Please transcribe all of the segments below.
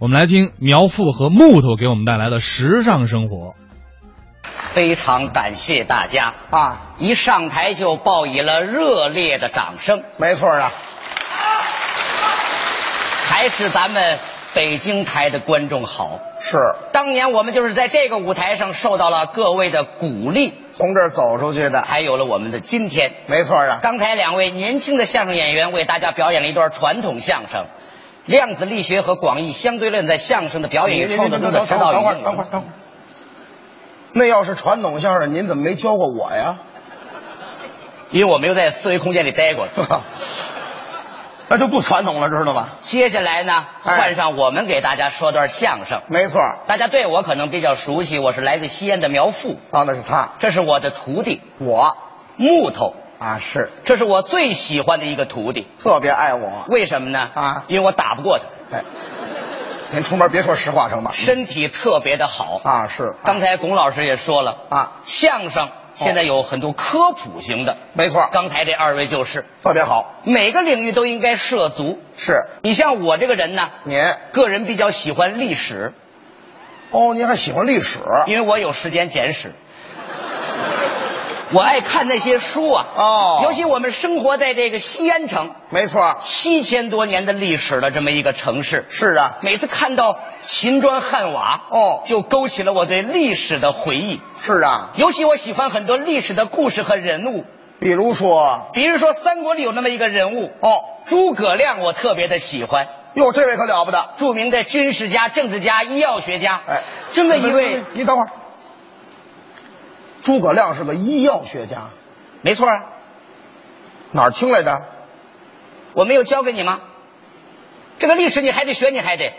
我们来听苗阜和木头给我们带来的时尚生活。非常感谢大家啊！一上台就报以了热烈的掌声。没错啊，还是咱们北京台的观众好。是当年我们就是在这个舞台上受到了各位的鼓励，从这儿走出去的，才有了我们的今天。没错啊。刚才两位年轻的相声演员为大家表演了一段传统相声，量子力学和广义相对论在相声的表演与创作中的指导等会与儿，应等会用儿，。等会儿。那要是传统相声，您怎么没教过我呀？ 因为我没有在四维空间里待过。那就不传统了，知道吧？接下来呢，哎换上我们给大家说段相声。没错儿，大家对我可能比较熟悉，我是来自西安的苗阜，当的是他，这是我的徒弟我木头，啊是这是我最喜欢的一个徒弟。特别爱我。为什么呢？啊因为我打不过他，哎，您出门别说实话，成吗？身体特别的好。啊是刚才龚老师也说了，啊，相声现在有很多科普型的，没错儿，刚才这二位就是，特别好。每个领域都应该涉足。是你像我这个人呢，您个人比较喜欢历史，哦，您还喜欢历史 因为我有《时间简史》，我爱看那些书啊。哦尤其我们生活在这个西安城，没错儿，七千多年的历史的这么一个城市，是啊，每次看到秦砖汉瓦，哦就勾起了我对历史的回忆。是啊。尤其我喜欢很多历史的故事和人物，比如说，比如说三国里有那么一个人物哦，诸葛亮，我特别的喜欢。哟，这位可了不得。著名的军事家、政治家、医药学家，哎，这么一位，你等会儿，诸葛亮是个医药学家，没错啊，哪儿听来的？我没有教给你吗？这个历史你还得学，你还得，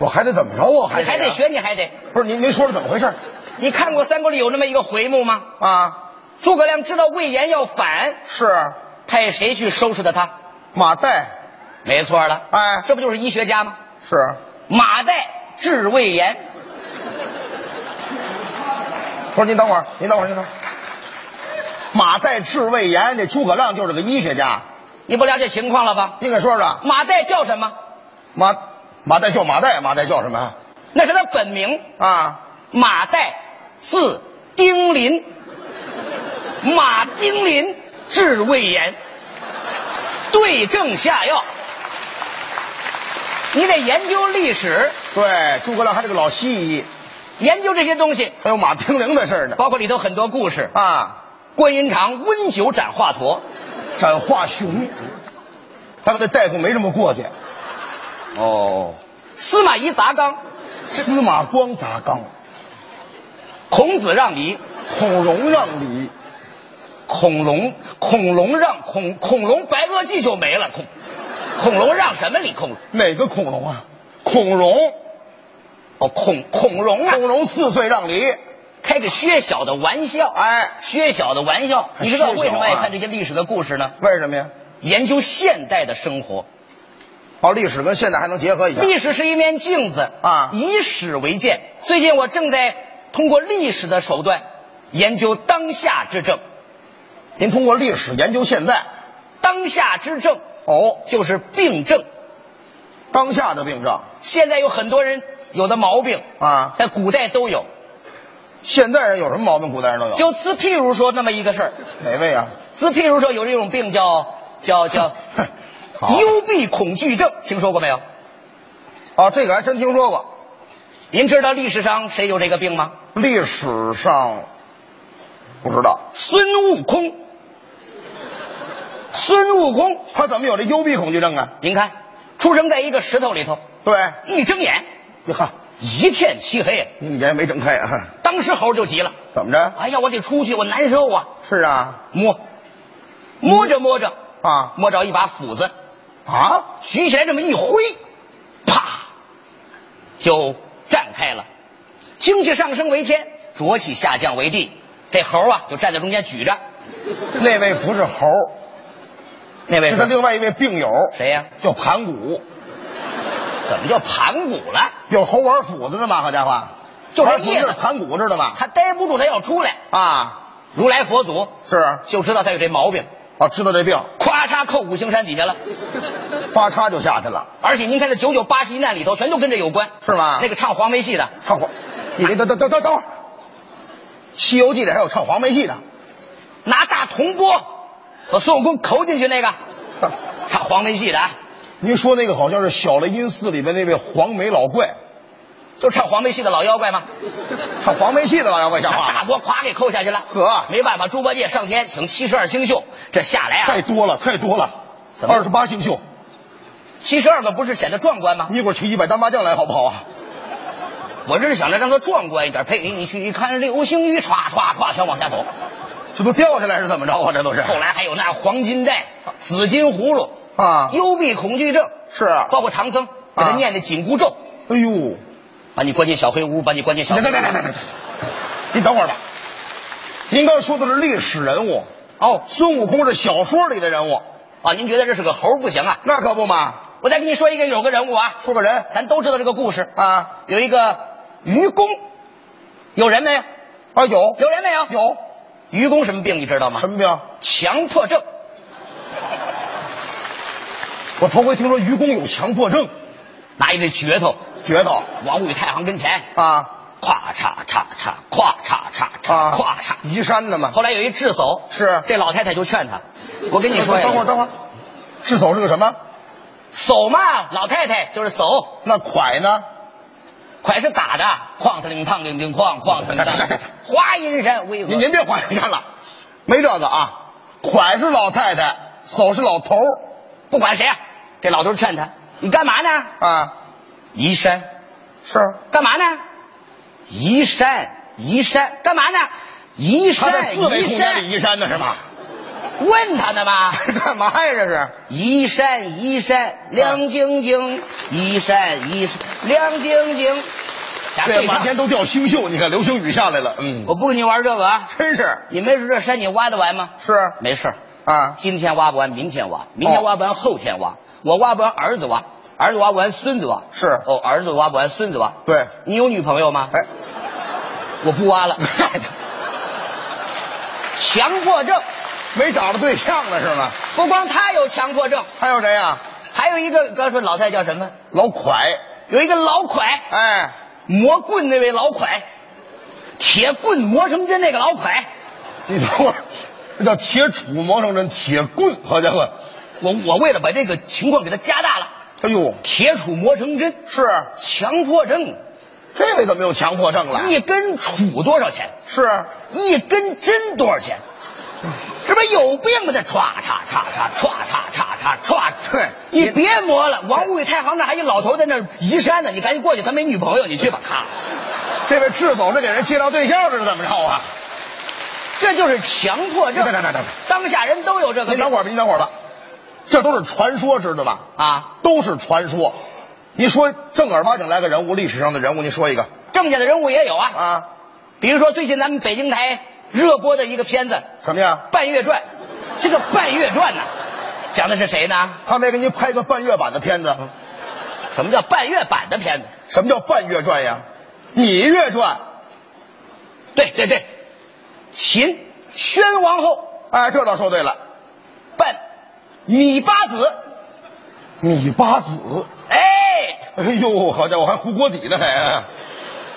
我还得怎么着啊？我你还还得啊学，。你还得。不是您您说是怎么回事你看过《三国》里有那么一个回目吗？啊？诸葛亮知道魏延要反，是派谁去收拾的他？马岱，没错了，哎这不就是医学家吗？是马岱治魏延，不是？您等会儿，您等会儿，您等会儿。马岱治魏延，这诸葛亮就是个医学家，你不了解情况了吧？您给说说。马岱叫什么？马马岱叫马岱，马岱叫什么那是他本名，啊？马岱，字丁林，马丁林治魏延，对症下药。你得研究历史，对，诸葛亮还是个老西医，研究这些东西，还有马丁灵的事儿呢包括里头很多故事。啊！观音堂温酒斩华佗，斩华雄，他这大夫没这么过去。哦，司马懿砸缸，司马光砸缸，孔子让梨，孔融让梨，孔融孔融让孔孔融白垩纪就没了，孔孔融让什么梨？孔哪个孔融啊？孔融，哦孔孔融啊，孔融四岁让梨。开个薛晓的玩笑，哎，薛晓的玩笑。还你知道薛晓为什么爱啊看这些历史的故事呢？为什么呀？研究现代的生活，哦，历史跟现代还能结合一下。历史是一面镜子啊以史为鉴。最近我正在通过历史的手段研究当下之政。您通过历史研究现在，当下之症哦，就是病症。当下的病症现在有很多人有的毛病，啊，在古代都有。现代人有什么毛病，古代人都有。就自譬如说那么一个事儿，哪位啊？自譬如说有这种病叫叫叫 好幽闭恐惧症，听说过没有？啊，这个还真听说过。您知道历史上谁有这个病吗？历史上不知道孙悟空。孙悟空，他怎么有这幽闭恐惧症啊？您看，出生在一个石头里头，对，一睁眼你看，一片漆黑，你眼没睁开啊？当时猴就急了，怎么着？哎呀，我得出去，我难受啊。是啊，摸，摸着摸着，啊摸着一把斧子，啊，举起来这么一挥，啪，就绽开了。精气上升为天，浊气下降为地。这猴啊，就站在中间举着。那位不是猴，那位是他是另外一位病友，谁呀、叫盘古，怎么就盘古了？有猴玩斧子的吗？好家伙，就这玩斧叶子子是盘古知道吗？他待不住，他要出来。啊，如来佛祖是啊就知道他有这毛病，哦，知道这病，咵嚓扣五行山底下了。八叉就下去了，而且您看这九九八十一难里头，全都跟这有关，是吗？那个唱黄梅戏的，唱黄，你这等等等等等会儿，《西游记》里还有唱黄梅戏的，拿大铜钵把孙悟空扣进去那 个，等唱黄梅戏的啊，您说那个好像是《小雷音寺》里面那位黄眉老怪，就是唱黄梅戏的老妖怪吗？唱黄梅戏的老妖怪像话大吗？钵咵给扣下去了。呵没办法，猪八戒上天请七十二星宿，这下来太啊，多了，太多了，怎么二十八星宿，七十二个不是显得壮观吗？你一会儿去一百单八将来好不好啊？我这是想着让它壮观一点，配你你去一看流星雨，歘歘歘全往下走。这都掉下来是怎么着啊？这都是后来还有那黄金带、紫金葫芦、啊，幽闭恐惧症，是啊，包括唐僧给他啊念的紧箍咒，哎呦，把你关进小黑屋，把你关进小等黑等等等等等屋。，您等会儿吧。您刚说的是历史人物，哦孙悟空是小说里的人物，啊，您觉得这是个猴儿不行啊？那可不嘛。我再跟你说一个有个人物啊，说个人咱都知道这个故事，啊有一个愚公，有人没有？啊，有有人没有？有愚公什么病你知道吗什？么病？强迫症。我头回听说愚公有强迫症，拿一这镢头觉得往武太行跟前，啊咵嚓嚓嚓，咵嚓嚓嚓，啊，咵嚓。移山的嘛。后来有一智叟，是这老太太就劝他，我跟你说呀，等会儿等会儿，智叟是个什么？叟嘛，老太太就是叟，那蒯呢？快是嘎的，哐当铃铛铃铃哐，哐当铃铛，华阴山巍您峨。您别管人家了，没这个啊。蒯是老太太，叟是老头儿不管谁啊，这老头劝他，你干嘛呢？啊，移山，是干嘛呢？移山，移山，干嘛呢？移他在山，四维移空间里山，移山呢是吧？问他呢吗？干嘛呀这是？移山移山，亮晶晶；移山移山，亮晶晶。俩这对满上天都掉星宿，你看流星雨下来了，嗯，我不跟你玩这个啊！真是你没事，这山你挖得完吗？是没事儿，啊，今天挖不完，明天挖，明天挖不完，后天挖。我挖不完，儿子挖，儿子挖不完，孙子挖。是哦，儿子挖不完，孙子挖。对，你有女朋友吗？哎，我不 挖了。强迫症，没找着对象了是吗？不光他有强迫症，还有谁呀？还有一个刚才说老太太叫什么？老蒯，有一个老蒯。哎，磨棍那位老蒯，铁棍磨成针那个老蒯，你等会儿，这叫铁杵磨成针，铁棍，好家伙，我我为了把这个情况给他加大了，哎呦，铁杵磨成针，是强迫症，这位怎么有强迫症了？一根杵多少钱？是一根针多少钱？这不是有病吗？这歘歘歘歘歘歘歘歘歘，对你别磨了。王五与太行那还一老头在那儿移山呢，你赶紧过去，他没女朋友，你去吧。咔，这位智叟是给人介绍对象这是怎么着啊？这就是强迫症等等等等。当下人都有这个您病等会儿吧，您等会儿吧，这都是传说，知道吧？啊。都是传说。你说正儿八经来个人物，历史上的人物，您说一个政界的人物也有啊啊？比如说最近咱们北京台热播的一个片子《什么呀？半月传》，这个《半月传》呢，讲的是谁呢？他没给您拍个半月版的片子？什么叫半月版的片子？什么叫半月传呀？你月传？对对对，秦宣王后哎，这倒说对了。扮米八子，米八子，哎，哎呦，好家伙，还糊锅底呢还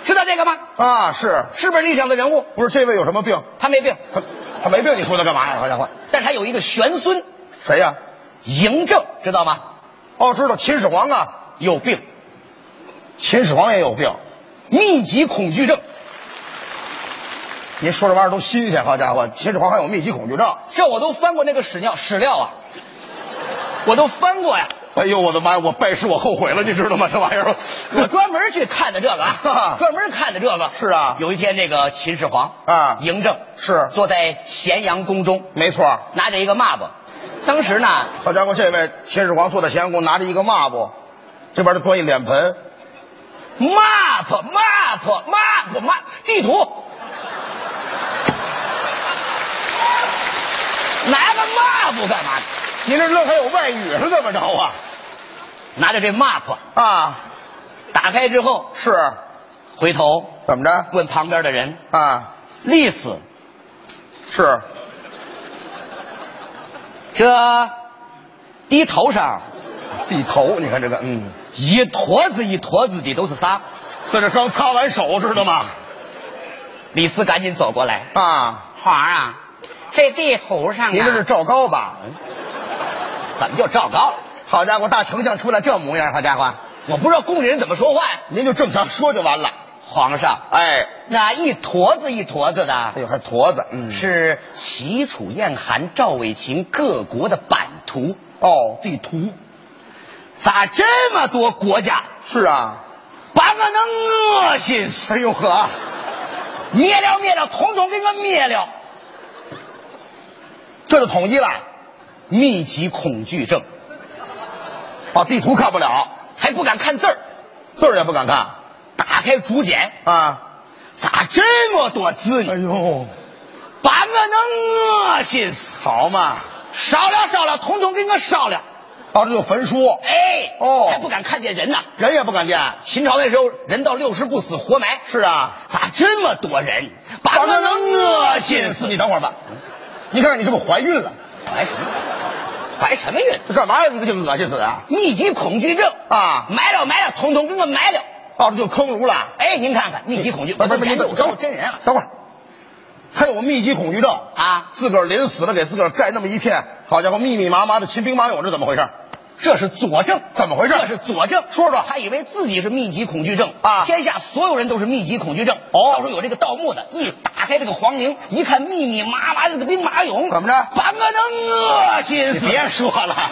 知道这个吗？啊！是是不是历史上的人物？不是这位有什么病？他没病，他他没病，你说他干嘛呀？好家伙，但是他有一个玄孙谁呀？嬴政，知道吗？哦，知道秦始皇啊，有病，秦始皇也有病。密集恐惧症，您说这玩意儿都新鲜，好家伙，秦始皇还有密集恐惧症。这我都翻过那个史料史料啊，我都翻过呀。哎呦，我的妈呀！我拜师，我后悔了，你知道吗？这玩意儿，我专门去看的这个啊，专门看的这个。是啊有一天这个秦始皇啊嬴政是坐在咸阳宫中，没错儿。拿着一个抹布。当时呢，好家伙，这位秦始皇坐在咸阳宫，拿着一个抹布，这边儿端一脸盆， map map map map 地图，拿个抹布干嘛？您这愣还有外语是怎么着啊？拿着这 map 啊，打开之后，是回头怎么着？问旁边的人啊，历史是这地头上地头，你看这个，嗯，一坨子一坨子的都是啥？在这刚擦完手，知道吗？李四赶紧走过来，啊，皇儿啊，这地头上啊您这是赵高吧？怎么就赵高了？好家伙，大丞相出来这模样，好家伙，我不知道宫里人怎么说话呀。您就正常说就完了。皇上，哎，那一坨子一坨子的哎，呦，还坨子，嗯，是齐楚燕韩赵魏秦各国的版图，哦，地图咋这么多国家？是啊，把我能恶心死！哎呦呵，灭了灭了，统统给我灭了！这就统计了，密集恐惧症，啊，地图看不了，还不敢看字儿，字儿也不敢看打开竹简，啊，咋这么多字呢？呦，把我能恶心死！好嘛，烧了烧了，统统给我烧了！哦，这就焚书，哎，哦还不敢看见人呐！人也不敢见，秦朝那时候人到六十不死活埋，是啊，咋这么多人？把我能恶心死！你等会儿吧，你看看你是不是怀孕了？怀什么？怀什么孕？这干嘛呀？这就恶心死啊！密集恐惧症啊埋了埋了，统统给我埋了！哦，这就坑儒了。哎，您看看密集恐惧，不是不是，我不是研究你等等过会儿真人啊等会儿，还有密集恐惧症，啊！自个儿临死了给自个儿盖那么一片，好家伙，密密麻麻的秦兵马俑，这怎么回事？这是佐证，怎么回事这是佐证。说说他以为自己是密集恐惧症啊天下所有人都是密集恐惧症。哦到时候有这个盗墓的，一打开这个皇陵，一看密密麻麻的个兵马俑，怎么着把我能恶心你死！别说了，